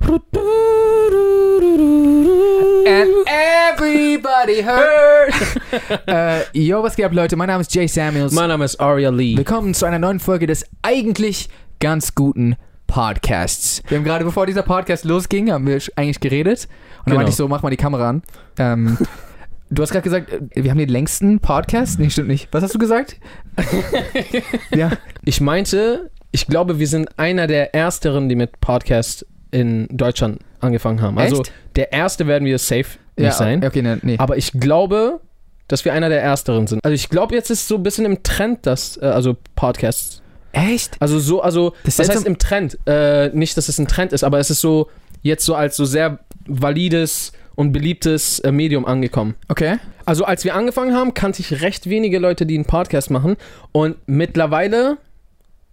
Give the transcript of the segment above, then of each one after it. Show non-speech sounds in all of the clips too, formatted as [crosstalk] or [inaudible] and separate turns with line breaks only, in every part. Äh, really
[laughs]
hurt. äh, yo, was geht ab, Leute? Mein Name ist Jay Samuels.
Mein Name ist Aria Lee.
Willkommen zu einer neuen Folge des eigentlich ganz guten Podcasts. Wir haben gerade, bevor dieser Podcast losging, haben wir sch- eigentlich geredet. Und dann
Genau.
meinte ich so, mach mal die Kamera an.
[laughs]
Ähm, du hast gerade gesagt, äh, wir haben den längsten Podcast. Nee, stimmt nicht. Was hast
[laughs]
du gesagt? ja.
Ich meinte, ich glaube, wir sind einer der Ersteren, die mit Podcast in Deutschland angefangen haben. Also
Echt?
der Erste werden wir safe nicht
ja,
sein.
Okay, ne, nee. nee.
Aber ich glaube, dass wir einer der Ersteren sind. Also ich glaube, jetzt ist so ein bisschen im Trend, dass, äh, also Podcasts.
Echt?
Also so, also,
Das
das was
seltsam-
heißt im Trend? Äh, nicht, dass es ein Trend ist, aber es ist so, jetzt so als so sehr valides und beliebtes äh, Medium angekommen.
Okay.
Also als wir angefangen haben, kannte ich recht wenige Leute, die einen Podcast machen. Und mittlerweile,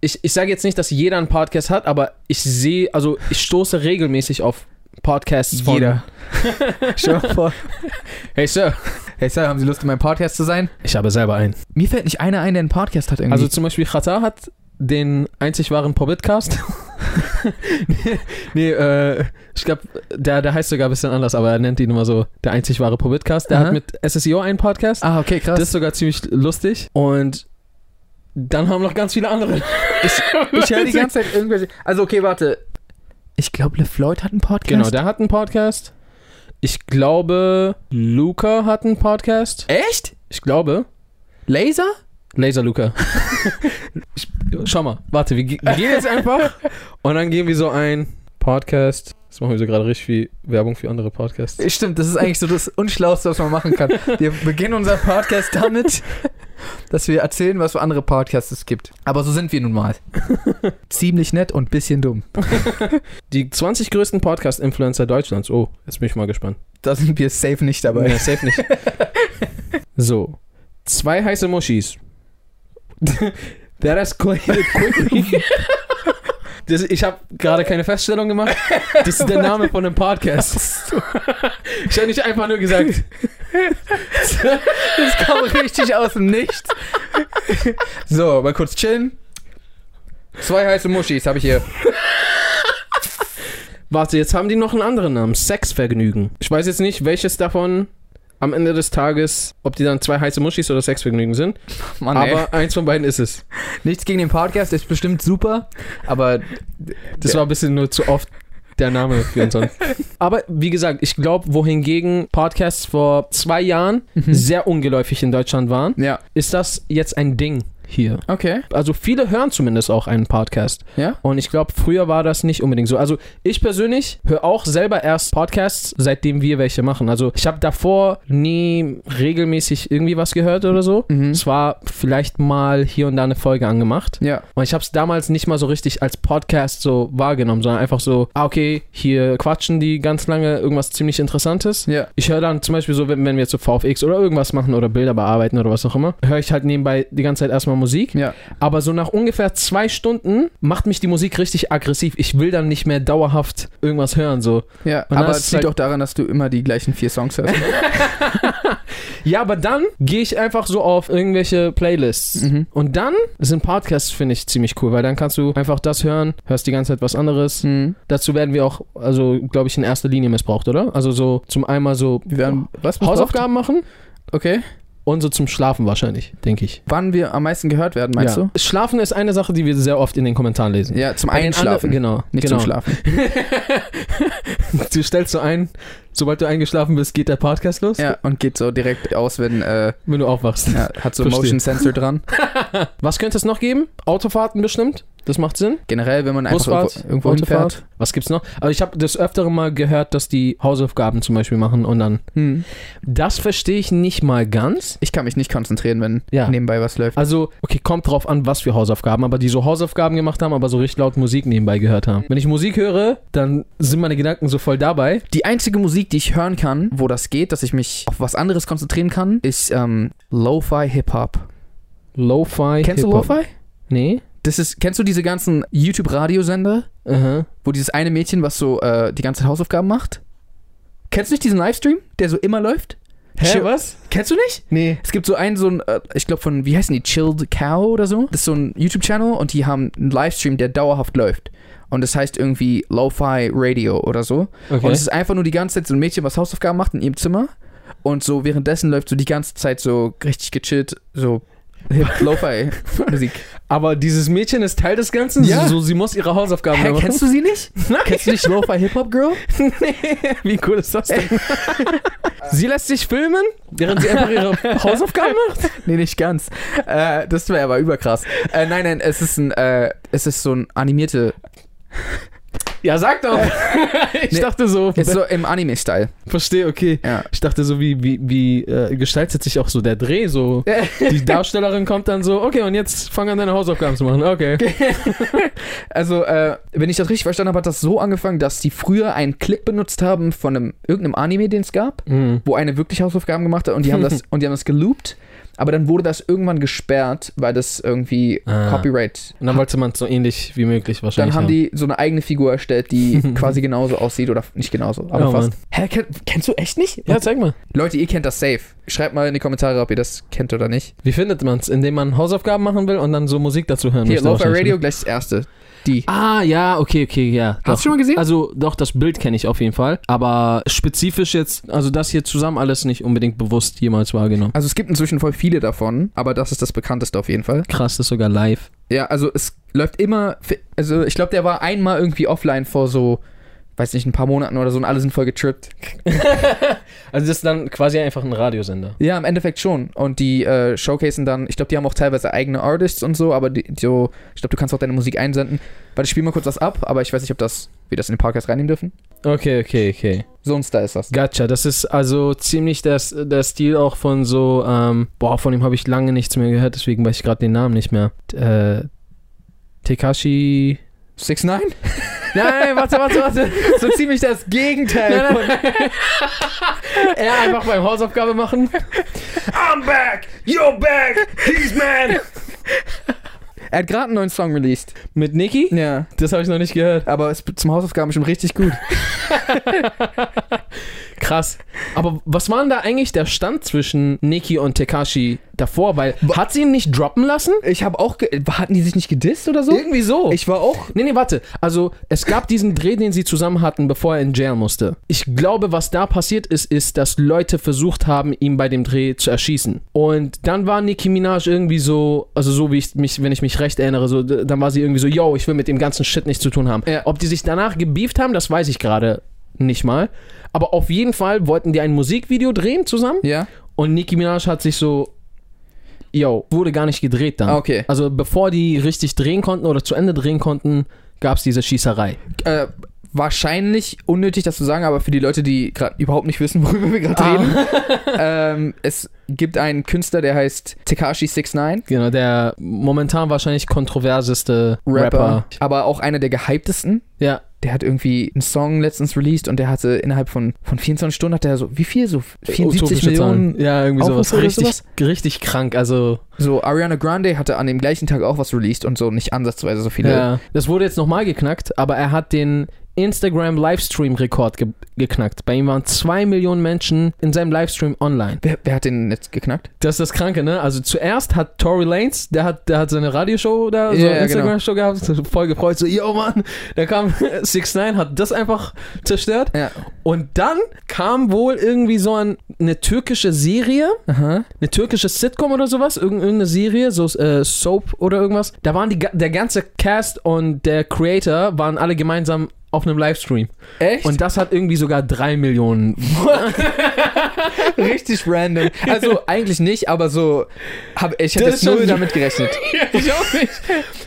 ich, ich sage jetzt nicht, dass jeder einen Podcast hat, aber ich sehe, also ich stoße regelmäßig auf Podcasts von...
Jeder. [laughs] Stell dir mal vor.
Hey Sir,
Hey, Sir, haben Sie Lust, in meinem Podcast zu sein?
ich habe selber einen.
Mir fällt nicht einer ein, der einen Podcast hat irgendwie.
Also zum Beispiel Chata hat den einzig wahren Pobitcast. nee, [laughs] nee äh, ich glaube, der, der heißt sogar ein bisschen anders, aber er nennt ihn immer so der einzig wahre Pobitcast. Der
Aha.
hat mit SSEO einen Podcast.
ah, okay, krass.
Das [laughs] ist sogar ziemlich lustig. Und dann haben noch ganz viele [laughs] andere.
Ich höre die ganze Zeit irgendwelche. Also, okay, warte. Ich glaube, LeFloid hat einen Podcast.
Genau, der hat einen Podcast. Ich glaube, Luca hat einen Podcast.
Echt?
Ich glaube,
Laser?
Laser Luca. [laughs] Ich- Schau mal, warte, wir, ge- wir gehen jetzt einfach und dann gehen wir so ein Podcast. Das machen wir so gerade richtig viel Werbung für andere Podcasts.
Äh, Stimmt, das ist eigentlich so das Unschlauste, was man machen kann. Wir beginnen unseren Podcast [laughs] damit, dass wir erzählen, was für andere Podcasts es gibt. Aber so sind wir nun mal. [laughs] Ziemlich nett und bisschen dumm.
Die 20 größten Podcast-Influencer Deutschlands. Oh, jetzt bin ich mal gespannt.
Da sind wir safe nicht
Aber
dabei.
ja, safe nicht. [laughs] So, zwei heiße Muschis. [laughs] That escalated quickly. [laughs] Das, ich habe gerade keine Feststellung gemacht. Das [laughs] ist der Name von dem Podcast. Ich habe nicht einfach nur gesagt,
Das kommt richtig aus dem [laughs] Nichts. So, mal kurz chillen. Zwei heiße Muschis habe ich hier.
Warte, jetzt haben die noch einen anderen Namen. Sexvergnügen. Ich weiß jetzt nicht, welches davon am Ende des Tages, ob die dann zwei heiße Muschis oder Sexvergnügen sind.
Mann,
aber eins von beiden ist es.
Nichts gegen den Podcast, ist bestimmt super, aber
Das
Ja.
war ein bisschen nur zu oft der Name für uns.
[laughs]
aber wie gesagt, ich glaube, wohingegen Podcasts vor zwei Jahren
Mhm.
sehr ungeläufig in Deutschland waren,
ja,
ist das jetzt ein Ding hier.
okay.
Also viele hören zumindest auch einen Podcast.
Ja?
Und ich glaube, früher war das nicht unbedingt so. Also ich persönlich höre auch selber erst Podcasts, seitdem wir welche machen. Also ich habe davor nie regelmäßig irgendwie was gehört oder so.
Mhm.
Es war vielleicht mal hier und da eine Folge angemacht.
Ja.
Und ich habe es damals nicht mal so richtig als Podcast so wahrgenommen, sondern einfach so, ah, okay, hier quatschen die ganz lange irgendwas ziemlich Interessantes.
Ja.
Ich höre dann zum Beispiel so, wenn, wenn wir jetzt so VFX oder irgendwas machen oder Bilder bearbeiten oder was auch immer, höre ich halt nebenbei die ganze Zeit erstmal Musik.
Ja.
Aber so nach ungefähr zwei Stunden macht mich die Musik richtig aggressiv. Ich will dann nicht mehr dauerhaft irgendwas hören. So.
Ja,
Und
aber
das
es
ist
liegt
halt-
auch daran, dass du immer die gleichen vier Songs hörst.
Ja, aber dann gehe ich einfach so auf irgendwelche Playlists.
Mhm.
Und dann sind Podcasts, finde ich, ziemlich cool, weil dann kannst du einfach das hören, hörst die ganze Zeit was anderes.
Mhm.
Dazu werden wir auch, also glaube ich, in erster Linie missbraucht, oder? Also so zum einmal so
Wir werden was missbraucht?
Hausaufgaben machen
Okay.
und so zum Schlafen wahrscheinlich, denke ich.
Wann wir am meisten gehört werden, meinst
ja. Schlafen ist eine Sache, die wir sehr oft in den Kommentaren
du?
lesen.
Ja, zum
Bei den anderen-
Einschlafen.
Genau.
Nicht
genau. [laughs]
zum [laughs] Schlafen.
Du stellst so ein, sobald du eingeschlafen bist, geht der Podcast los,
Ja, und geht so direkt aus, wenn, äh,
wenn du aufwachst.
ja, hat so
Verstehe.
Motion Sensor dran.
Was könnte es noch geben? Autofahrten bestimmt. Das macht Sinn.
Generell, wenn man einfach
Busfahrt,
irgendwo, irgendwo
Autofahrt.
hinfährt.
Was gibt's noch? Aber ich habe des Öfteren mal gehört, dass die Hausaufgaben zum Beispiel machen und dann.
Hm.
Das verstehe ich nicht mal ganz.
Ich kann mich nicht konzentrieren, wenn
Ja.
nebenbei was läuft.
Also, okay, kommt drauf an, was für Hausaufgaben, aber die so Hausaufgaben gemacht haben, aber so richtig laut Musik nebenbei gehört haben. Wenn ich Musik höre, dann sind meine Gedanken so voll dabei.
Die einzige Musik, die ich hören kann, wo das geht, dass ich mich auf was anderes konzentrieren kann, ist ähm, Lo-Fi Hip-Hop.
Lo-Fi.
Kennst du
Hip-Hop.
Lo-Fi?
Nee.
Das ist, kennst du diese ganzen YouTube-Radiosender,
Aha.
wo dieses eine Mädchen, was so äh, die ganze Zeit Hausaufgaben macht? Kennst du nicht diesen Livestream, der so immer läuft? Chill-
was?
Kennst du nicht?
Nee.
Es gibt so einen, so ein, äh, ich glaube von, wie heißen die, Chilled Cow oder so. Das ist so ein YouTube-Channel und die haben einen Livestream, der dauerhaft läuft. Und das heißt irgendwie Lo-Fi Radio oder so.
Okay.
Und es ist einfach nur die ganze Zeit so ein Mädchen, was Hausaufgaben macht in ihrem Zimmer. Und so währenddessen läuft so die ganze Zeit so richtig gechillt, so hip Lo-Fi Musik.
Aber dieses Mädchen ist Teil des Ganzen.
Ja.
So, sie muss ihre Hausaufgaben
Hä,
machen.
kennst du sie nicht?
[laughs] Nein.
Kennst du nicht Lo-Fi Hip-Hop Girl?
Wie cool ist das denn? [laughs] sie lässt sich filmen, während sie einfach
[laughs]
ihre Hausaufgaben macht?
Nee, nicht ganz. Äh, das wäre aber überkrass. Äh, nein, nein, es ist ein, äh, es ist so ein animierte,
Ja, sag doch. [laughs] ich
Nee.
dachte so,
es ist so im Anime-Style.
[laughs] verstehe, okay.
Ja.
Ich dachte so, wie, wie, wie äh, gestaltet sich auch so der Dreh?
[laughs]
So, die Darstellerin kommt dann so, okay, und jetzt fang an, deine Hausaufgaben zu machen. Okay.
Also, äh, wenn ich das richtig verstanden habe, hat das so angefangen, dass die früher einen Clip benutzt haben von einem, irgendeinem Anime, den es gab,
Mhm.
wo eine wirklich Hausaufgaben gemacht hat und die
[laughs]
haben das, und die haben das geloopt. Aber dann wurde das irgendwann gesperrt, weil das irgendwie
Ah.
Copyright.
Und dann wollte man es so ähnlich wie möglich
Dann
wahrscheinlich.
haben die so eine eigene Figur
[laughs]
erstellt, die quasi genauso aussieht oder nicht genauso, aber
Ja,
fast.
Oh Mann.
Hä, kenn, kennst du echt nicht?
Ja, zeig mal.
Leute, ihr kennt das safe. Schreibt mal in die Kommentare, ob ihr das kennt oder nicht.
Wie findet man es? Indem man Hausaufgaben machen will und dann so Musik dazu hören
Hier,
möchte
Lo-Fi
wahrscheinlich,
Radio, gleich das erste. Die.
ne? Ah, ja, okay, okay, ja.
Hast du schon mal gesehen?
Also, doch, das Bild kenne ich auf jeden Fall. Aber spezifisch jetzt, also das hier zusammen alles nicht unbedingt bewusst jemals wahrgenommen.
Also es gibt inzwischen voll viele davon, aber das ist das bekannteste auf jeden Fall.
Krass, das ist sogar live.
Ja, also es läuft immer, also ich glaube, der war einmal irgendwie offline vor so, weiß nicht, ein paar Monaten oder so und alle sind voll getrippt.
Also, das ist dann quasi einfach ein Radiosender.
Ja, im Endeffekt schon. Und die äh, showcasen dann, ich glaube, die haben auch teilweise eigene Artists und so, aber die, so, ich glaube, du kannst auch deine Musik einsenden. Warte, ich spiel mal kurz was ab, aber ich weiß nicht, ob das, wir das in den Podcast reinnehmen dürfen.
Okay, okay, okay.
So ein Style ist das.
Gotcha, das ist also ziemlich das, der Stil auch von so, ähm, boah, von dem habe ich lange nichts mehr gehört, deswegen weiß ich gerade den Namen nicht mehr. Äh, Tekashi.
6 9 [laughs]
Nein, warte, warte, warte.
So ziemlich das Gegenteil.
Nein, nein. er einfach beim Hausaufgabe machen.
I'm back. You're back. He's man.
Er hat gerade einen neuen Song released.
Mit Niki?
Ja.
Das habe ich noch nicht gehört.
Aber es, zum Hausaufgaben schon richtig gut.
Krass. Aber was war denn da eigentlich der Stand zwischen Niki und Tekashi davor? Weil hat sie ihn nicht droppen lassen?
Ich habe auch, ge hatten die sich nicht gedisst oder so?
Irgendwie so.
Ich war auch.
Nee, nee, warte. Also, es gab diesen Dreh, den sie zusammen hatten, bevor er in Jail musste. Ich glaube, was da passiert ist, ist, dass Leute versucht haben, ihn bei dem Dreh zu erschießen. Und dann war Nicki Minaj irgendwie so, also so wie ich mich, wenn ich mich recht erinnere, so, d- dann war sie irgendwie so, yo, ich will mit dem ganzen Shit nichts zu tun haben.
Ja.
Ob die sich danach gebieft haben, das weiß ich gerade nicht mal. Aber auf jeden Fall wollten die ein Musikvideo drehen zusammen
Ja.
und Nicki Minaj hat sich so, yo, wurde gar nicht gedreht dann.
Ah, okay.
Also bevor die richtig drehen konnten oder zu Ende drehen konnten, gab es diese Schießerei.
Äh, wahrscheinlich unnötig, das zu sagen, aber für die Leute, die gerade überhaupt nicht wissen, [laughs] worüber wir gerade [laughs] reden. ähm, es gibt einen Künstler, der heißt Tekashi 69
Genau, der momentan wahrscheinlich kontroverseste
Rapper,
Rapper.
aber auch einer der gehyptesten.
Ja,
Der hat irgendwie einen Song letztens released und der hatte innerhalb von, von 24 Stunden hat er so, wie viel? So 74
utopische
Millionen
Zahlen. Ja, irgendwie
Aufrufe
sowas.
oder
Richtig,
sowas?
richtig krank. Also,
So, Ariana Grande hatte an dem gleichen Tag auch was released und so nicht ansatzweise so viele.
ja. Das wurde jetzt nochmal geknackt, aber er hat den Instagram-Livestream-Rekord ge geknackt. Bei ihm waren zwei Millionen Menschen in seinem Livestream online.
Wer, wer hat den jetzt geknackt?
Das ist das Kranke, ne? Also zuerst hat Tory Lanez, der hat, der hat seine Radioshow da, so
Ja, genau.
eine
ja,
Instagram-Show gehabt, so voll gefreut, so, yo Mann, da kam [laughs] 6 9 hat das einfach zerstört.
Ja.
Und dann kam wohl irgendwie so ein, eine türkische Serie,
Aha.
eine türkische Sitcom oder sowas, irgend- irgendeine Serie, so äh, Soap oder irgendwas. Da waren die, ga- der ganze Cast und der Creator waren alle gemeinsam auf einem Livestream.
Echt?
Und das hat irgendwie sogar drei Millionen.
[laughs] Richtig random. Also eigentlich nicht, aber so. Hab, ich hätte
Das
jetzt
ist schon-
null damit gerechnet.
Ich auch nicht.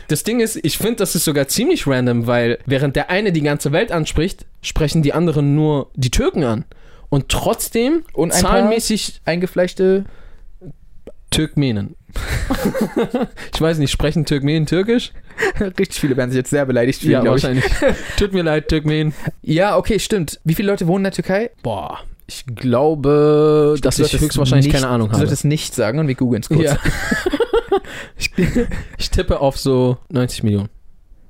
Das Ding ist, ich finde, das ist sogar ziemlich random, weil während der eine die ganze Welt anspricht, sprechen die anderen nur die Türken an. Und trotzdem
Und ein paar-
zahlenmäßig [laughs]
Eingefleischte.
Türkmenen. [laughs] ich weiß nicht, sprechen Türkmenen Türkisch?
Richtig viele werden sich jetzt sehr beleidigt fühlen,
[laughs]
glaub ich.
Tut mir leid, Türkmenen.
Ja, okay, stimmt. Wie viele Leute wohnen in der Türkei?
Boah, ich glaube, dass
Du
Äh, ich
solltest
höchstwahrscheinlich
nicht-
keine Ahnung
Du
habe.
solltest nicht sagen und wir googeln es kurz.
Ja. [laughs] ich, ich tippe auf so 90 Millionen.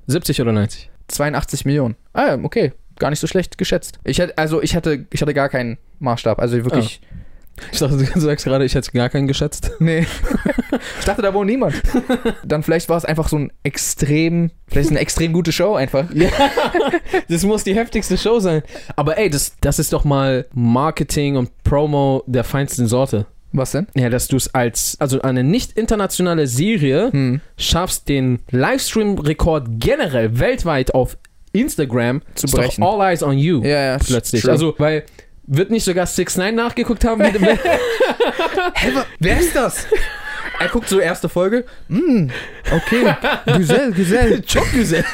70 oder 90?
82 Millionen. Ah,
Ah.
ja, okay. Gar nicht so schlecht geschätzt. Ich hätte, also ich hatte, ich hatte gar keinen Maßstab. Also wirklich.
Ich dachte, du sagst gerade, ich hätte gar keinen geschätzt.
Nee. [laughs] ich dachte, da wohnt niemand. Dann vielleicht war es einfach so ein extrem, vielleicht eine extrem gute Show einfach.
Das muss die heftigste Show sein. Aber ey, das, das ist doch mal Marketing und Promo der feinsten Sorte.
Was denn?
Ja, dass du es als, also eine nicht internationale Serie
Hm.
schaffst, den Livestream-Rekord generell weltweit auf Instagram
Zu
ist doch
brechen.
All eyes on you.
Ja, ja.
Plötzlich.
true.
Also, weil wird nicht sogar 6 9 nachgeguckt haben? Wie,
Hä, wa- wer ist das? Er guckt so erste Folge. Mm, okay. Güzel,
[laughs]
Güzel.
Çok güzel.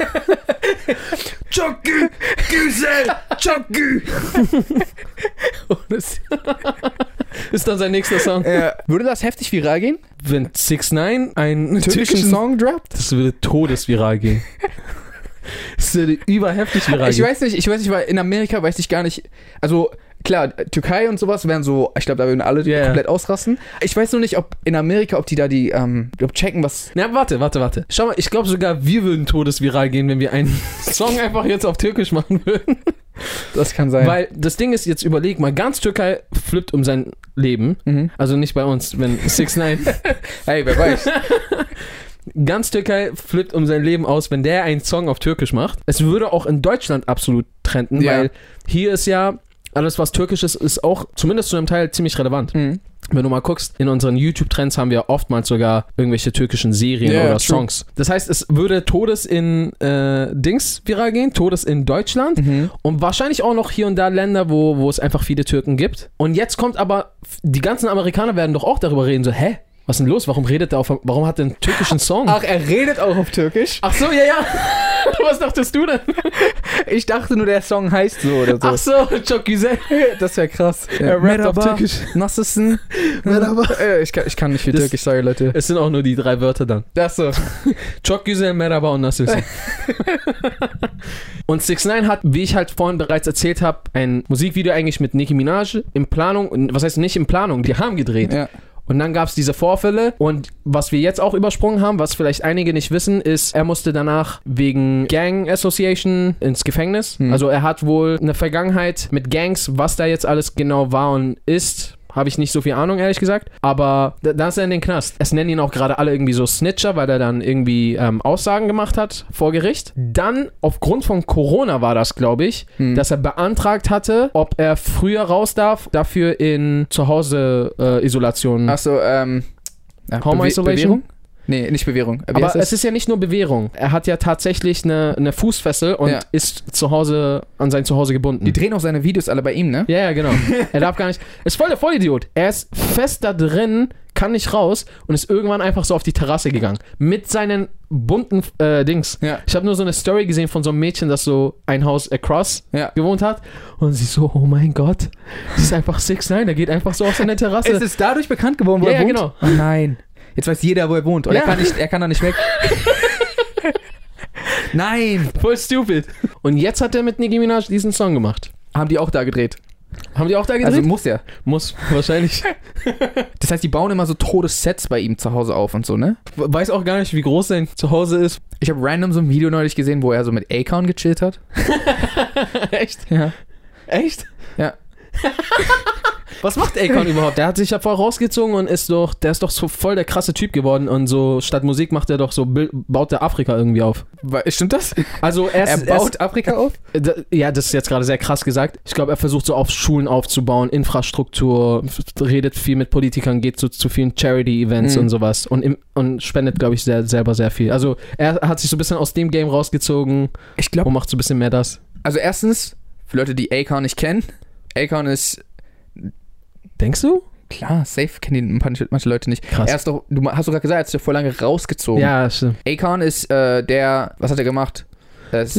Chocu, Güzel, Chocu.
[laughs] Ist dann sein nächster Song.
Äh, würde das heftig viral gehen?
Wenn 6 9 einen türkischen Song.
droppt?
Das würde todesviral [laughs] gehen. Das würde überheftig viral
Ich weiß nicht, ich weiß nicht, weil in Amerika weiß ich gar nicht. Also klar, Türkei und sowas wären so, ich glaube, da würden alle
Ja, ja.
komplett ausrasten. Ich weiß nur nicht, ob in Amerika, ob die da die, ähm, ob checken, was.
Na, warte, warte, warte. Schau mal, ich glaube sogar, wir würden todesviral gehen, wenn wir einen [laughs] Song einfach jetzt auf Türkisch machen würden.
Das kann sein.
Weil das Ding ist, jetzt überleg mal, ganz Türkei flippt um sein Leben.
mhm.
Also nicht bei uns, wenn 6 9
Hey, wer weiß.
Ganz Türkei flippt um sein Leben aus, wenn der einen Song auf Türkisch macht. Es würde auch in Deutschland absolut trenden,
Ja.
weil hier ist ja alles, was türkisch ist, ist auch zumindest zu einem Teil ziemlich relevant.
[laughs] mhm.
Wenn du mal guckst, in unseren YouTube-Trends haben wir oftmals sogar irgendwelche türkischen Serien
Ja,
oder
true.
Songs. Das heißt, es würde Todes in äh, Dings viral gehen, Todes in Deutschland
Mhm.
und wahrscheinlich auch noch hier und da Länder, wo, wo es einfach viele Türken gibt. Und jetzt kommt aber, die ganzen Amerikaner werden doch auch darüber reden, so, hä? Was ist denn los? Warum redet er auf, warum hat er einen türkischen Song?
Ach, er redet auch auf Türkisch.
Ach so, ja, ja. [laughs] Was dachtest du denn?
Ich dachte nur, der Song heißt so oder so.
Ach so, çok güzel.
das wäre krass.
Er rappt auf Türkisch.
Nasılsın?
Merhaba.
[laughs] Äh, Ich kann, ich kann nicht viel
Das-
Türkisch, sorry Leute.
Es sind auch nur die drei Wörter dann.
Das so.
Çok güzel, merhaba und nasılsın. und 6 9 hat, wie ich halt vorhin bereits erzählt habe, ein Musikvideo eigentlich mit Nicki Minaj in Planung. Was heißt nicht in Planung? Die haben gedreht.
Ja.
Und dann gab es diese Vorfälle. Und was wir jetzt auch übersprungen haben, was vielleicht einige nicht wissen, ist, er musste danach wegen Gang Association ins Gefängnis.
Hm.
Also er hat wohl eine Vergangenheit mit Gangs, was da jetzt alles genau war und ist. Habe ich nicht so viel Ahnung, ehrlich gesagt. Aber da, da ist er in den Knast. Es nennen ihn auch gerade alle irgendwie so Snitcher, weil er dann irgendwie ähm, Aussagen gemacht hat vor Gericht. Dann, aufgrund von Corona war das, glaube ich,
Hm.
dass er beantragt hatte, ob er früher raus darf, dafür in äh, Zuhause-Isolation
Achso, ähm. ja,
Home
Bewe-
Isolation?
Bewährung? Nee, nicht Bewährung. Wie
Aber
heißt das?
es ist ja nicht nur Bewährung. Er hat ja tatsächlich eine, eine Fußfessel und
Ja.
ist zu Hause an sein Zuhause gebunden.
Die drehen auch seine Videos alle bei ihm, ne?
ja, ja,
[laughs]
genau. er darf gar nicht. Ist voll der Vollidiot. Er ist fest da drin, kann nicht raus und ist irgendwann einfach so auf die Terrasse gegangen. Mit seinen bunten äh, Dings.
Ja.
Ich habe nur so eine Story gesehen von so einem Mädchen, das so ein Haus across
Ja.
gewohnt hat. Und sie so, oh mein Gott, das ist einfach 6 9 Er geht einfach so
[laughs]
auf seine Terrasse.
Es ist dadurch bekannt geworden, wo
Ja,
er
ja,
wohnt.
genau.
Oh nein. Jetzt weiß jeder, wo er wohnt. Und
Ja.
er, kann nicht, er kann da nicht weg. [laughs] nein.
voll stupid. Und jetzt hat er mit Nicki Minaj diesen Song gemacht.
Haben die auch da gedreht.
Haben die auch da gedreht?
Also muss er.
Muss, wahrscheinlich.
Das heißt, die bauen immer so Todessets bei ihm zu Hause auf und so, ne?
Weiß auch gar nicht, wie groß sein Zuhause
[laughs]
ist.
Ich habe random so ein Video neulich gesehen, wo er so mit Akon gechillt hat.
Echt?
Ja.
Echt?
Ja.
[laughs] Was macht Akon überhaupt? Der hat sich ja voll rausgezogen und ist doch, der ist doch so voll der krasse Typ geworden und so statt Musik macht er doch so, Bild- baut der Afrika irgendwie auf.
Wa- Stimmt das?
Also er,
Er
ist,
baut Afrika auf?
Er ist, d- ja, das ist jetzt gerade sehr krass gesagt. Ich glaube, er versucht so auf Schulen aufzubauen, Infrastruktur, f- redet viel mit Politikern, geht so zu vielen Charity-Events
Mhm.
und sowas und, im, und spendet, glaube ich, sehr, selber sehr viel. Also er hat sich so ein bisschen aus dem Game rausgezogen
Ich glaube,
und macht so ein bisschen mehr das.
also erstens, für Leute, die Akon nicht kennen, Akon ist,
Denkst du?
klar, safe kennen ihn manche, manche Leute nicht.
Krass.
Er ist doch, du hast sogar gesagt, er ist ja vor lange rausgezogen.
ja, stimmt.
Akon ist äh, der, was hat er gemacht? Das,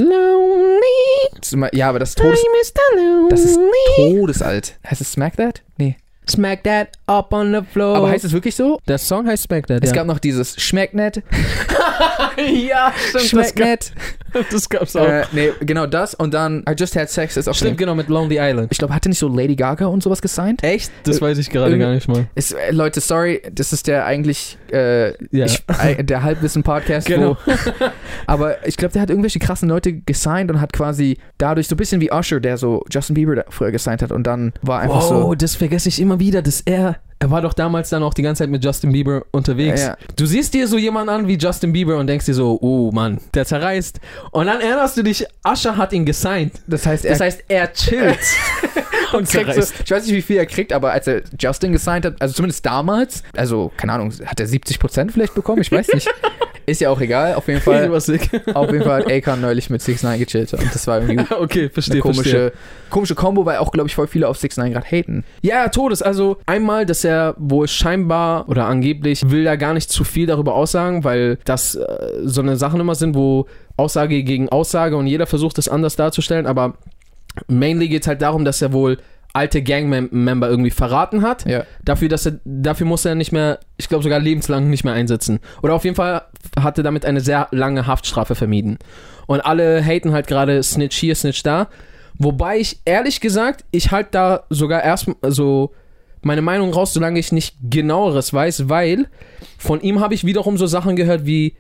Lonely,
ist immer- ja, aber das ist Todes,
is lonely.
das ist Todesalt. Heißt es Smack That? Nee.
Smack that up on the floor.
Aber heißt es wirklich so?
der Oh. Song heißt Smack that,
Es
ja.
gab noch dieses Schmecknet.
[laughs] ja, stimmt.
Schmeckt nett.
nett. [laughs] Das gab's auch.
Äh, nee, genau das und dann I Just Had Sex ist auch
stimmt,
Stimmt.
genau, mit Lonely Island.
Ich glaube, hatte nicht so Lady Gaga und sowas gesigned?
Echt? Das weiß ich gerade
Irgendwie-
gar nicht mal.
Ist, äh, Leute, sorry, das ist der eigentlich äh,
Ja.
ich, äh, der Halbwissen-Podcast.
Genau.
Wo, [laughs] aber ich glaube, der hat irgendwelche krassen Leute gesigned und hat quasi dadurch so ein bisschen wie Usher, der so Justin Bieber da früher gesigned hat und dann war einfach
wow,
so.
das vergesse ich immer wieder, dass er. Er war doch damals dann auch die ganze Zeit mit Justin Bieber unterwegs.
Ja, ja.
Du siehst dir so jemanden an wie Justin Bieber und denkst dir so, oh Mann, der zerreißt. Und dann erinnerst du dich, Asha hat ihn gesigned.
Das heißt, er
Das heißt, er [laughs] chillt und
kriegt
zerreißt. [laughs]
so, ich weiß nicht, wie viel er kriegt, aber als er Justin gesigned hat, also zumindest damals, also keine Ahnung, hat er 70% vielleicht bekommen? Ich weiß
[laughs]
nicht. Ist ja auch egal, auf jeden Fall.
War sick.
Auf jeden Fall hat Akon neulich mit 6 9 gechillt und das
[laughs]
war irgendwie
okay, verstehe,
eine
verstehe.
komische, komische Combo, weil auch, glaube ich, voll viele auf 6 9 gerade haten.
Ja, Todes. Also einmal, dass er wohl scheinbar oder angeblich will er gar nicht zu viel darüber aussagen, weil das äh, so eine Sachen immer sind, wo Aussage gegen Aussage und jeder versucht es anders darzustellen, aber mainly geht es halt darum, dass er wohl alte Gang-Member irgendwie verraten hat.
Ja.
Dafür, dass er, dafür muss er nicht mehr, ich glaube sogar lebenslang nicht mehr einsetzen. Oder auf jeden Fall hat er damit eine sehr lange Haftstrafe vermieden. Und alle haten halt gerade Snitch hier, Snitch da. Wobei ich ehrlich gesagt, ich halte da sogar erst so meine Meinung raus, solange ich nicht genaueres weiß, weil von ihm habe ich wiederum so Sachen gehört wie,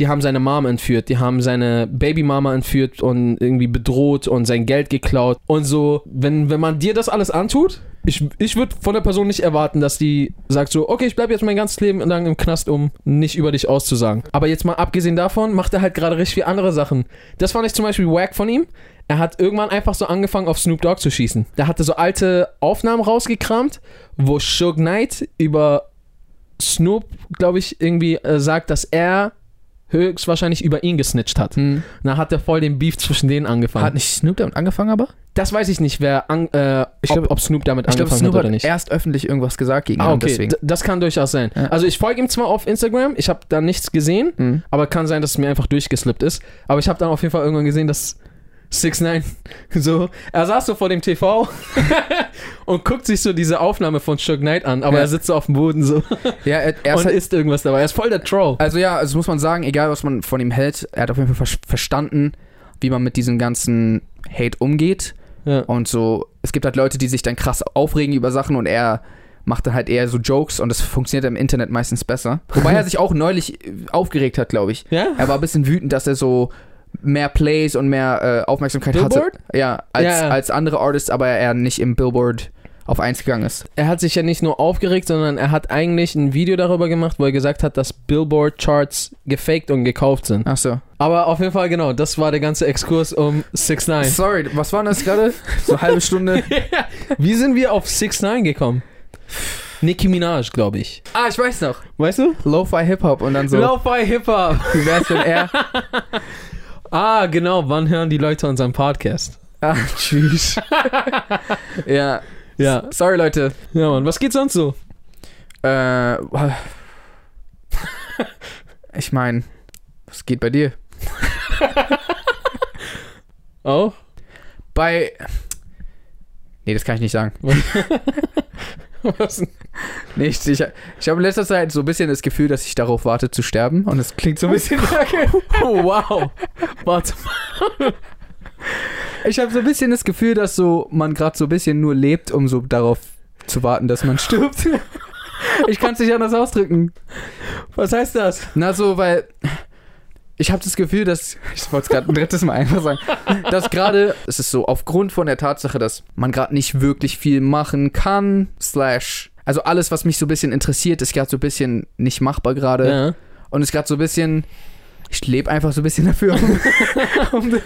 die haben seine Mom entführt, die haben seine Babymama entführt und irgendwie bedroht und sein Geld geklaut und so. Wenn, wenn man dir das alles antut, ich, ich würde von der Person nicht erwarten, dass die sagt so, okay, ich bleibe jetzt mein ganzes Leben lang im Knast, um nicht über dich auszusagen. Aber jetzt mal abgesehen davon, macht er halt gerade richtig viel andere Sachen. Das fand ich zum Beispiel wack von ihm. Er hat irgendwann einfach so angefangen, auf Snoop Dogg zu schießen. Da hatte so alte Aufnahmen rausgekramt, wo Suge Knight über Snoop, glaube ich, irgendwie äh, sagt, dass er höchstwahrscheinlich über ihn gesnitcht hat. Na, hat er voll den Beef zwischen denen angefangen.
Hm. Hat nicht Snoop damit angefangen, aber?
das weiß ich nicht, wer an, äh,
Ich
ob,
glaub-
ob Snoop damit
Ich glaube,
angefangen
Snoop
hat oder
hat
nicht.
erst öffentlich irgendwas gesagt gegen ihn
Ah,
und
okay.
deswegen.
D- Das kann durchaus sein.
Ja.
Also ich folge ihm zwar auf Instagram, ich habe da nichts gesehen,
Mhm.
aber kann sein, dass es mir einfach durchgeslippt ist. Aber ich habe dann auf jeden Fall irgendwann gesehen, dass 6 9 [laughs] so, er saß so vor dem TV [laughs] und guckt sich so diese Aufnahme von Chuck Knight an, aber
Ja.
er sitzt so auf dem Boden so
Ja, er, er ist
und
halt,
isst irgendwas dabei. Er ist voll der Troll.
also ja, also muss man sagen, egal was man von ihm hält, er hat auf jeden Fall ver verstanden, wie man mit diesem ganzen Hate umgeht.
Ja.
Und so, es gibt halt Leute, die sich dann krass aufregen über Sachen und er macht dann halt eher so Jokes und das funktioniert im Internet meistens besser. Wobei [laughs] er sich auch neulich äh, aufgeregt hat, glaube ich.
Ja?
Er war ein bisschen wütend, dass er so mehr Plays und mehr äh, Aufmerksamkeit
Billboard?
hatte. Ja, als,
Ja, ja.
als andere Artists, aber er nicht im Billboard auf eins gegangen ist.
er hat sich ja nicht nur aufgeregt, sondern er hat eigentlich ein Video darüber gemacht, wo er gesagt hat, dass Billboard-Charts gefaked und gekauft sind.
Ach so.
Aber auf jeden Fall, genau, das war der ganze Exkurs um 6 9
Sorry, was war denn das gerade? So eine halbe Stunde.
[laughs] Wie sind wir auf 6 9 gekommen? Nicki Minaj, glaube ich.
[laughs] ah, ich weiß noch.
Weißt du?
Lo-Fi Hip-Hop und dann so.
So. Lo-Fi Hip-Hop.
Wie wär's, wenn [laughs] er.
Ah, genau, wann hören die Leute unseren Podcast?
Ah, [laughs] tschüss. ja.
Ja.
Sorry, Leute.
Ja, Mann, was geht sonst so?
Äh. Ich meine, was geht bei dir?
Auch?
Bei. Nee, das kann ich nicht sagen.
Was?
Nee, ich, ich, ich habe in letzter Zeit so ein bisschen das Gefühl, dass ich darauf warte zu sterben. Und es klingt so ein
[laughs]
bisschen.
Oh, wow. Warte mal.
Ich habe so ein bisschen das Gefühl, dass so man gerade so ein bisschen nur lebt, um so darauf zu warten, dass man stirbt. Ich kann es nicht anders ausdrücken.
Was heißt das?
Na so, weil ich habe das Gefühl, dass ich wollte es gerade ein drittes Mal einfach sagen, dass gerade es ist so aufgrund von der Tatsache, dass man gerade nicht wirklich viel machen kann. Slash also alles, was mich so ein bisschen interessiert, ist gerade so ein bisschen nicht machbar gerade
Ja.
und ist gerade so ein bisschen ich lebe einfach so ein bisschen dafür,
[laughs]
um, um,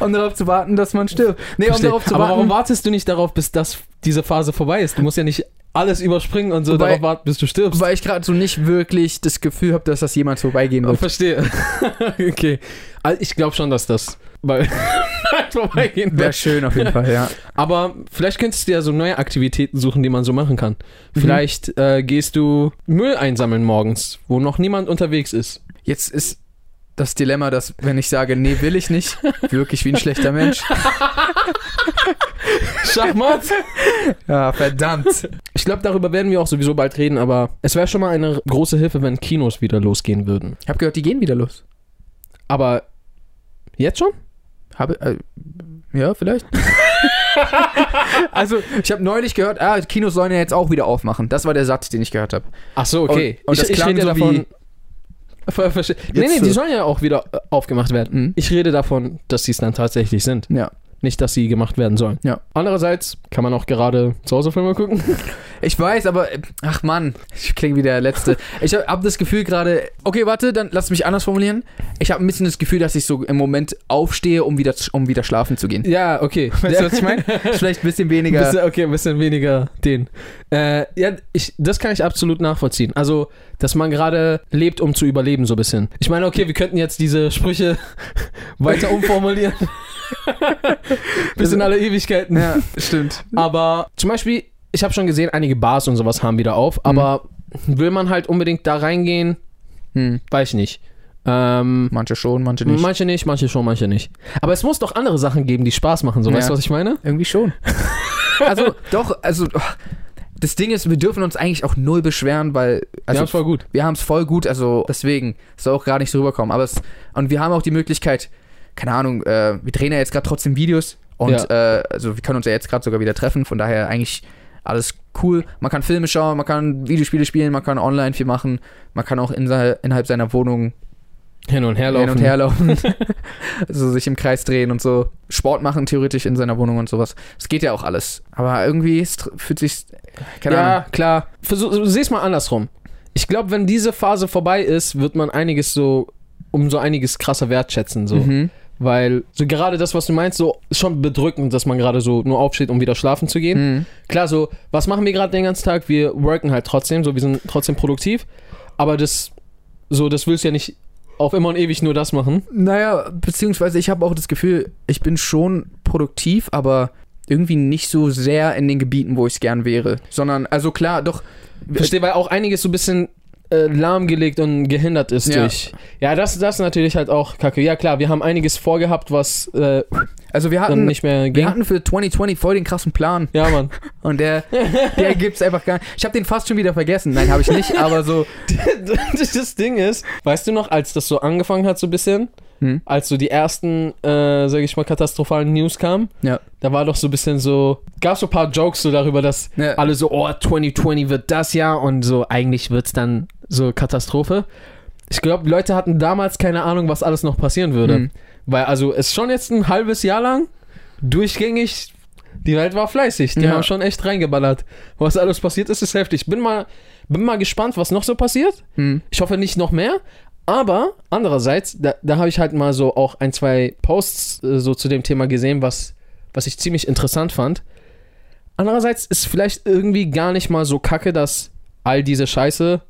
um darauf zu warten, dass man stirbt. Nee, um
Verstehe.
darauf zu
Aber warum
warten.
wartest du nicht darauf, bis das, diese Phase vorbei ist? Du musst ja nicht alles überspringen und so
Wobei-
darauf warten, bis du stirbst.
Weil ich gerade so nicht wirklich das Gefühl habe, dass das jemand vorbeigehen
Oh,
wird.
verstehe. [laughs] okay. Also ich glaube schon, dass das [laughs] bald bald vorbeigehen
Wäre
wird.
schön auf jeden Fall, ja.
Aber vielleicht könntest du ja so neue Aktivitäten suchen, die man so machen kann. Vielleicht äh, gehst du Müll einsammeln morgens, wo noch niemand unterwegs ist.
Jetzt ist das Dilemma, dass wenn ich sage, nee, will ich nicht, wirklich wie ein schlechter Mensch.
[laughs] Schachmatt.
[laughs] Ja, verdammt.
Ich glaube, darüber werden wir auch sowieso bald reden, aber es wäre schon mal eine große Hilfe, wenn Kinos wieder losgehen würden.
Ich habe gehört, die gehen wieder los.
Aber jetzt schon?
Habe, äh, ja, [laughs] vielleicht. also, ich habe neulich gehört, ah, Kinos sollen ja jetzt auch wieder aufmachen. Das war der Satz, den ich gehört habe.
Ach so,
okay.
Und, und das
Ich- ich
klang
rede
so
davon-
davon. [laughs] Ver verste- nee, nee,
so.
die sollen ja auch wieder äh, aufgemacht werden.
Mhm.
Ich rede davon, dass sie es dann tatsächlich sind.
Ja.
Nicht, dass sie gemacht werden sollen.
Ja.
Andererseits kann man auch gerade zu Hause Filme gucken.
Ich weiß, aber äh, ach Mann, ich klinge wie der Letzte. Ich habe hab das Gefühl gerade, okay, warte, dann lass mich anders formulieren. Ich habe ein bisschen das Gefühl, dass ich so im Moment aufstehe, um wieder, zu- um wieder schlafen zu gehen.
Ja, okay.
[laughs] Weißt du, was
[laughs]
ich meine? Vielleicht ein bisschen weniger.
Bisschen, okay, ein bisschen weniger den. Äh, ja, ich, das kann ich absolut nachvollziehen. Also, dass man gerade lebt, um zu überleben, so ein bisschen. Ich meine, okay, wir könnten jetzt diese Sprüche [laughs] weiter
[laughs]
umformulieren. Bis in alle Ewigkeiten.
ja, stimmt.
Aber zum Beispiel, ich habe schon gesehen, einige Bars und sowas haben wieder auf, aber
Mhm.
will man halt unbedingt da reingehen,
Hm.
weiß ich nicht. Ähm,
Manche schon, manche nicht.
Manche nicht, manche schon, manche nicht. Aber es muss doch andere Sachen geben, die Spaß machen, so
Ja.
weißt du, was ich meine?
Irgendwie [laughs] schon. also, doch, also. oh, Das Ding ist, wir dürfen uns eigentlich auch null beschweren, weil also,
ja, voll gut.
wir haben es voll gut, also deswegen soll auch gar nicht so rüberkommen. Aber es, und wir haben auch die Möglichkeit, keine Ahnung, äh, wir drehen ja jetzt gerade trotzdem Videos und äh, also wir können uns ja jetzt gerade sogar wieder treffen, von daher eigentlich alles cool. Man kann Filme schauen, man kann Videospiele spielen, man kann online viel machen, man kann auch innerhalb innerhalb seiner Wohnung
Hin und her laufen.
hin und her laufen, [laughs] also sich im Kreis drehen und so Sport machen theoretisch in seiner Wohnung und sowas. Es geht ja auch alles, aber irgendwie es tr- fühlt sich keine
ja,
Ahnung.
klar. Versuch, seh's mal andersrum. Ich glaube, wenn diese Phase vorbei ist, wird man einiges so, um so einiges krasser wertschätzen, so.
Mhm.
Weil so gerade das, was du meinst, so ist schon bedrückend, dass man gerade so nur aufsteht, um wieder schlafen zu gehen.
Mhm.
Klar, so, was machen wir gerade den ganzen Tag? Wir worken halt trotzdem, so, wir sind trotzdem produktiv. Aber das, so, das willst du ja nicht auf immer und ewig nur das machen.
Naja, beziehungsweise ich habe auch das Gefühl, ich bin schon produktiv, aber irgendwie nicht so sehr in den Gebieten, wo ich es gern wäre. Sondern, also klar, doch.
Verstehe, weil auch einiges so ein bisschen äh, lahmgelegt und gehindert ist
Ja.
durch. Ja, das, das ist natürlich halt auch kacke. Ja, klar, wir haben einiges vorgehabt, was äh,
Also wir
dann
hatten,
nicht mehr
wir
ging.
hatten für 2020 voll den krassen Plan
Ja, Mann. [laughs]
und der, der gibt's einfach gar nicht. Ich habe den fast schon wieder vergessen. Nein, habe ich nicht, aber so.
das, das Ding ist, weißt du noch, als das so angefangen hat, so ein bisschen,
Hm.
als so die ersten, äh, sag ich mal, katastrophalen News kamen,
Ja.
da war doch so ein bisschen so, gab so ein paar Jokes so darüber, dass
Ja.
alle so, oh, 2020 wird das Jahr und so, eigentlich wird's dann so Katastrophe. Ich glaube, Leute hatten damals keine Ahnung, was alles noch passieren würde.
Hm.
Weil, also, es ist schon jetzt ein halbes Jahr lang durchgängig. Die Welt war fleißig. Die
Ja.
haben schon echt reingeballert. Was alles passiert ist, ist heftig. Bin mal, bin mal gespannt, was noch so passiert.
Hm.
Ich hoffe nicht noch mehr. Aber andererseits, da, da habe ich halt mal so auch ein, zwei Posts äh, so zu dem Thema gesehen, was, was ich ziemlich interessant fand. Andererseits ist vielleicht irgendwie gar nicht mal so kacke, dass all diese Scheiße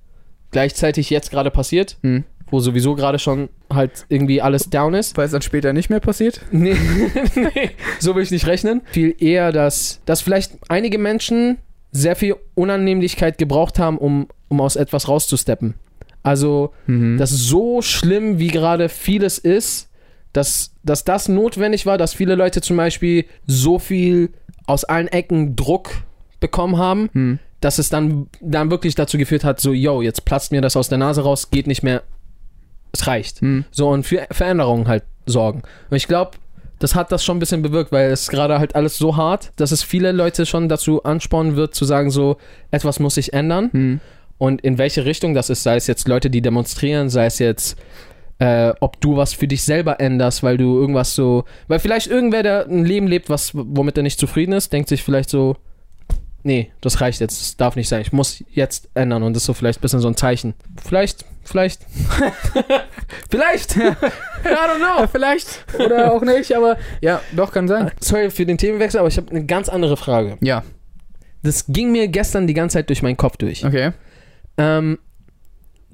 gleichzeitig jetzt gerade passiert,
Hm.
wo sowieso gerade schon halt irgendwie alles down ist.
Weil es dann später nicht mehr passiert?
Nee, [laughs] nee, so will ich nicht rechnen. Viel eher, dass, dass vielleicht einige Menschen sehr viel Unannehmlichkeit gebraucht haben, um, um aus etwas rauszusteppen. Also,
Mhm.
dass so schlimm, wie gerade vieles ist, dass, dass das notwendig war, dass viele Leute zum Beispiel so viel aus allen Ecken Druck bekommen haben,
Hm.
dass es dann, dann wirklich dazu geführt hat, so, yo, jetzt platzt mir das aus der Nase raus, geht nicht mehr, es reicht.
Hm.
So, und für Veränderungen halt sorgen. Und ich glaube, das hat das schon ein bisschen bewirkt, weil es gerade halt alles so hart, dass es viele Leute schon dazu anspornen wird, zu sagen, so, etwas muss sich ändern.
Hm.
Und in welche Richtung das ist, sei es jetzt Leute, die demonstrieren, sei es jetzt, äh, ob du was für dich selber änderst, weil du irgendwas so. Weil vielleicht irgendwer, der ein Leben lebt, was, womit er nicht zufrieden ist, denkt sich vielleicht so, nee, das reicht jetzt, das darf nicht sein, ich muss jetzt ändern und das ist so vielleicht ein bisschen so ein Zeichen. Vielleicht, vielleicht.
[laughs]
vielleicht! I don't know.
Vielleicht. Oder auch nicht, aber ja, doch, kann sein.
Sorry für den Themenwechsel, aber ich habe eine ganz andere Frage.
Ja,
Das ging mir gestern die ganze Zeit durch meinen Kopf durch.
okay.
Ähm,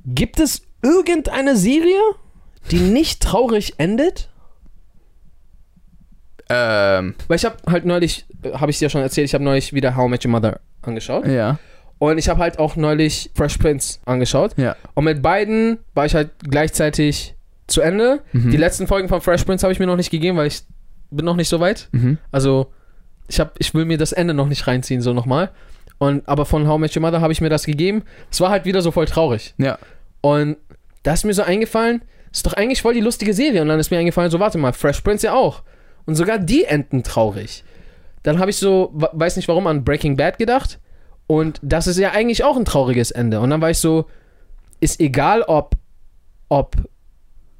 gibt es irgendeine Serie, die nicht traurig endet?
Ähm,
Weil ich habe halt neulich, habe ich dir schon erzählt, ich habe neulich wieder How I Met Your Mother angeschaut.
ja.
Und ich habe halt auch neulich Fresh Prince angeschaut.
Ja.
Und mit beiden war ich halt gleichzeitig zu Ende.
Mhm.
Die letzten Folgen von Fresh Prince habe ich mir noch nicht gegeben, weil ich bin noch nicht so weit.
Mhm.
Also ich, hab, ich will mir das Ende noch nicht reinziehen, so nochmal. Und, aber von How I Met Your Mother habe ich mir das gegeben. Es war halt wieder so voll traurig.
Ja.
Und da ist mir so eingefallen, ist doch eigentlich voll die lustige Serie. Und dann ist mir eingefallen, so warte mal, Fresh Prince ja auch. Und sogar die enden traurig. Dann habe ich so, wa- weiß nicht warum, an Breaking Bad gedacht. Und das ist ja eigentlich auch ein trauriges Ende. Und dann war ich so, ist egal, ob, ob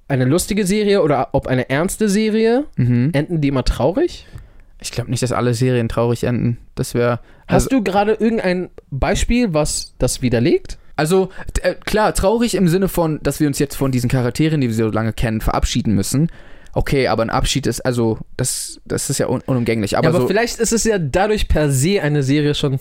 eine lustige Serie oder ob eine ernste Serie,
Mhm.
enden die immer traurig?
Ich glaube nicht, dass alle Serien traurig enden. Das wäre.
Hast du gerade irgendein Beispiel, was das widerlegt?
Also, t- äh, klar, traurig im Sinne von, dass wir uns jetzt von diesen Charakteren, die wir so lange kennen, verabschieden müssen. Okay, aber ein Abschied ist, also, das, das ist ja un unumgänglich. Aber,
Aber,
so,
vielleicht ist es ja dadurch per se eine Serie schon.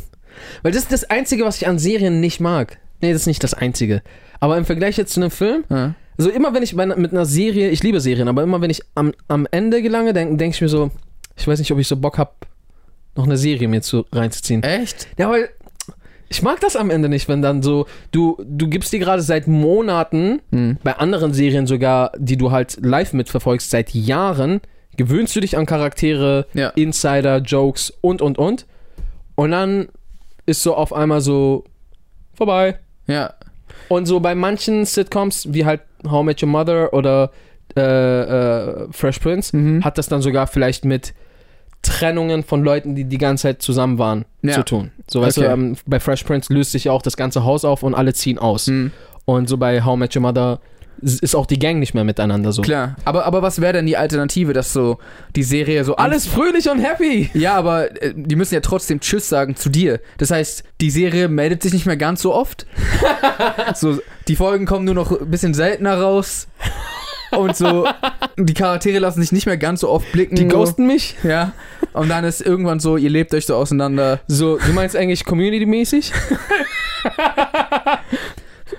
Weil das ist das Einzige, was ich an Serien nicht mag. Nee, das ist nicht das Einzige. Aber im Vergleich jetzt zu einem Film,
Ja.
also immer wenn ich bei, einer- mit einer Serie, ich liebe Serien, aber immer wenn ich am, am Ende gelange, denke denk ich mir so, ich weiß nicht, ob ich so Bock habe, noch eine Serie mir zu, reinzuziehen.
Echt?
Ja, weil ich mag das am Ende nicht, wenn dann so, du, du gibst dir gerade seit Monaten, bei anderen Serien sogar, die du halt live mitverfolgst, seit Jahren, gewöhnst du dich an Charaktere,
Ja.
Insider, Jokes und, und, und. Und dann ist so auf einmal so vorbei.
Ja.
Und so bei manchen Sitcoms, wie halt How I Met Your Mother oder äh, äh, Fresh Prince,
Mhm.
hat das dann sogar vielleicht mit Trennungen von Leuten, die die ganze Zeit zusammen waren,
Ja.
zu tun. So, weißt
Okay.
du, ähm, bei Fresh Prince löst sich ja auch das ganze Haus auf und alle ziehen aus.
Mhm.
Und so bei How I Met Your Mother s- ist auch die Gang nicht mehr miteinander so.
Klar. Aber, aber was wäre denn die Alternative, dass so die Serie so.
Alles fröhlich und happy!
Ja, aber äh, die müssen ja trotzdem Tschüss sagen zu dir. Das heißt, die Serie meldet sich nicht mehr ganz
[laughs]
so oft. so, die Folgen kommen nur noch ein bisschen seltener raus. Und so, die Charaktere lassen sich nicht mehr ganz so oft blicken.
Die ghosten mich?
Ja. Und dann ist irgendwann so, ihr lebt euch so auseinander.
So, du meinst eigentlich community-mäßig?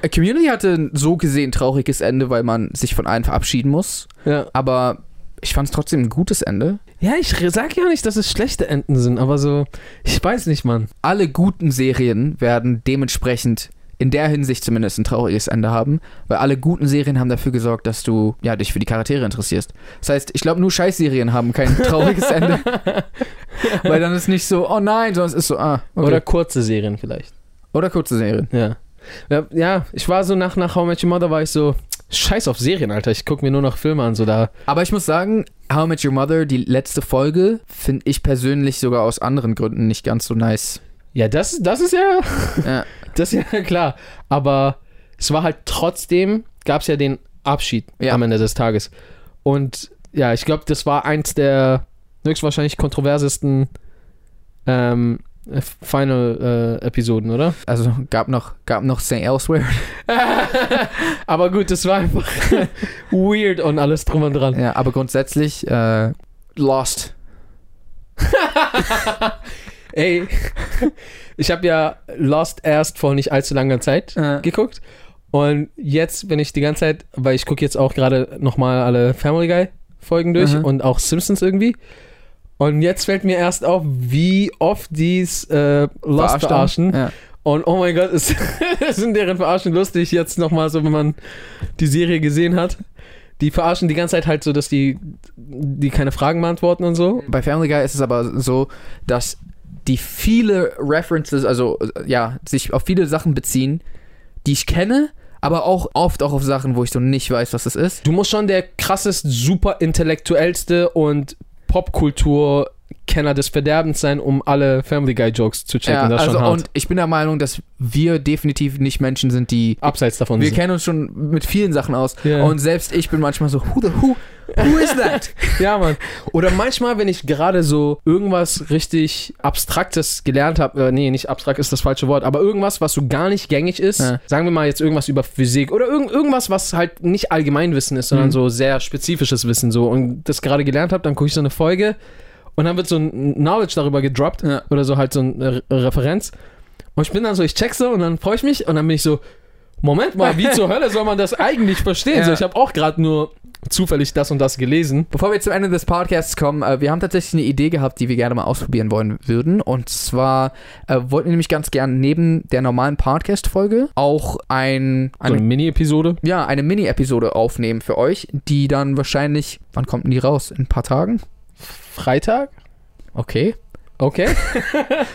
Äh, Community hatte so gesehen ein trauriges Ende, weil man sich von allen verabschieden muss.
Ja.
Aber ich fand es trotzdem ein gutes Ende.
Ja, ich re- sag ja nicht, dass es schlechte Enden sind, aber so, ich weiß nicht, Mann.
Alle guten Serien werden dementsprechend in der Hinsicht zumindest ein trauriges Ende haben, weil alle guten Serien haben dafür gesorgt, dass du ja, dich für die Charaktere interessierst. Das heißt, ich glaube, nur Scheißserien
[laughs]
haben kein trauriges Ende. weil dann ist nicht so, oh nein, sondern es ist so, ah, okay.
Oder kurze Serien vielleicht.
Oder kurze Serien.
Ja. Ja, ja ich war so nach, nach How I Met Your Mother, war ich so, scheiß auf Serien, Alter. Ich guck mir nur noch Filme an, so da.
Aber ich muss sagen, How I Met Your Mother, die letzte Folge, finde ich persönlich sogar aus anderen Gründen nicht ganz so nice.
Ja, das, das ist ja, [laughs]
Ja.
das ist ja klar. Aber es war halt trotzdem, gab es ja den Abschied
Ja.
am Ende des Tages. Und ja, ich glaube, das war eins der höchstwahrscheinlich kontroversesten ähm, Final-Episoden,
[laughs]
oder?
Also gab noch, gab noch
[laughs]
St. Elsewhere.
Aber gut, das war
[laughs]
einfach weird und alles drum und dran.
Ja, aber grundsätzlich äh, Lost.
Ey, [laughs] ich habe ja Lost erst vor nicht allzu langer Zeit
Äh,
geguckt. Und jetzt, wenn ich die ganze Zeit, weil ich gucke jetzt auch gerade nochmal alle Family Guy Folgen durch
Mhm.
und auch Simpsons irgendwie. Und jetzt fällt mir erst auf, wie oft dies äh, Lost
verarscht
verarschen.
haben. Ja.
Und oh mein Gott, es [laughs] sind deren Verarschen lustig jetzt nochmal so, wenn man die Serie gesehen hat. Die verarschen die ganze Zeit halt so, dass die, die keine Fragen beantworten und so.
Bei Family Guy ist es aber so, dass die viele References, also äh, ja, sich auf viele Sachen beziehen, die ich kenne, aber auch oft auch auf Sachen, wo ich so nicht weiß, was das ist.
Du musst schon der krassest, super intellektuellste und Popkulturkenner des Verderbens sein, um alle Family Guy Jokes zu checken.
Ja,
das ist
also
schon hart.
und ich bin der Meinung, dass wir definitiv nicht Menschen sind, die
Abseits davon.
Wir
sind.
kennen uns schon mit vielen Sachen aus.
Ja.
Und selbst ich bin manchmal so, who the who? Who is that?
[laughs] Ja, Mann. Oder manchmal, wenn ich gerade so irgendwas richtig Abstraktes gelernt habe, äh, nee, nicht abstrakt ist das falsche Wort, aber irgendwas, was so gar nicht gängig ist,
Ja.
sagen wir mal jetzt irgendwas über Physik oder irgend, irgendwas, was halt nicht Allgemeinwissen ist, sondern
Mhm.
so sehr spezifisches Wissen so und das gerade gelernt habe, dann gucke ich so eine Folge und dann wird so ein Knowledge darüber gedroppt
Ja.
oder so halt so eine Re- Referenz und ich bin dann so, ich check so und dann freue ich mich und dann bin ich so, Moment mal, wie zur Hölle soll man das eigentlich verstehen?
Ja.
So, ich habe auch gerade nur zufällig das und das gelesen.
Bevor wir zum Ende des Podcasts kommen, äh, wir haben tatsächlich eine Idee gehabt, die wir gerne mal ausprobieren wollen würden. Und zwar äh, wollten wir nämlich ganz gern neben der normalen Podcast-Folge auch ein,
so
eine,
eine Mini-Episode.
ja, eine Mini-Episode aufnehmen für euch, die dann wahrscheinlich, wann kommt denn die raus? In ein paar Tagen?
Freitag?
Okay.
Okay.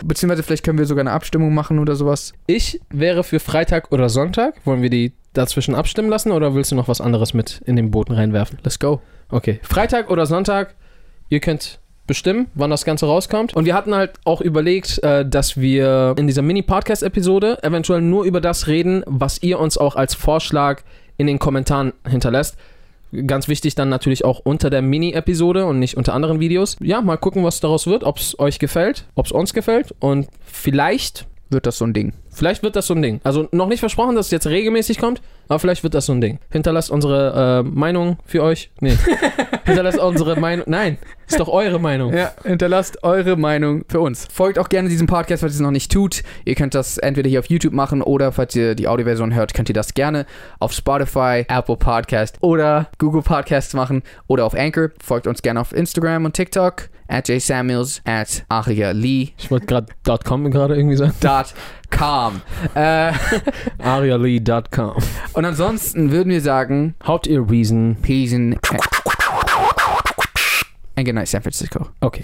Beziehungsweise vielleicht können wir sogar eine Abstimmung machen oder sowas.
Ich wäre für Freitag oder Sonntag. Wollen wir die dazwischen abstimmen lassen oder willst du noch was anderes mit in den Boten reinwerfen?
Let's go.
Okay, Freitag oder Sonntag, ihr könnt bestimmen, wann das Ganze rauskommt. Und wir hatten halt auch überlegt, äh, dass wir in dieser Mini-Podcast-Episode eventuell nur über das reden, was ihr uns auch als Vorschlag in den Kommentaren hinterlässt. Ganz wichtig dann natürlich auch unter der Mini-Episode und nicht unter anderen Videos. Ja, mal gucken, was daraus wird, ob es euch gefällt, ob es uns gefällt und vielleicht,
Wird das so ein Ding.
vielleicht wird das so ein Ding. Also noch nicht versprochen, dass es jetzt regelmäßig kommt, aber vielleicht wird das so ein Ding. Hinterlasst unsere äh, Meinung für euch. Nee. Hinterlasst unsere Meinung. Nein, ist doch eure Meinung.
Ja, hinterlasst eure Meinung für uns. Folgt auch gerne diesem Podcast, falls ihr es noch nicht tut. Ihr könnt das entweder hier auf YouTube machen oder falls ihr die Audioversion hört, könnt ihr das gerne auf Spotify, Apple Podcast oder Google Podcasts machen oder auf Anchor. Folgt uns gerne auf Instagram und TikTok at jsamuels at arialee.com.
Ich wollte gerade .com gerade irgendwie sagen.
Äh,
Arialee.com.
und ansonsten würden wir sagen,
Habt ihr Reason?
peace and... And good night, San Francisco.
Okay.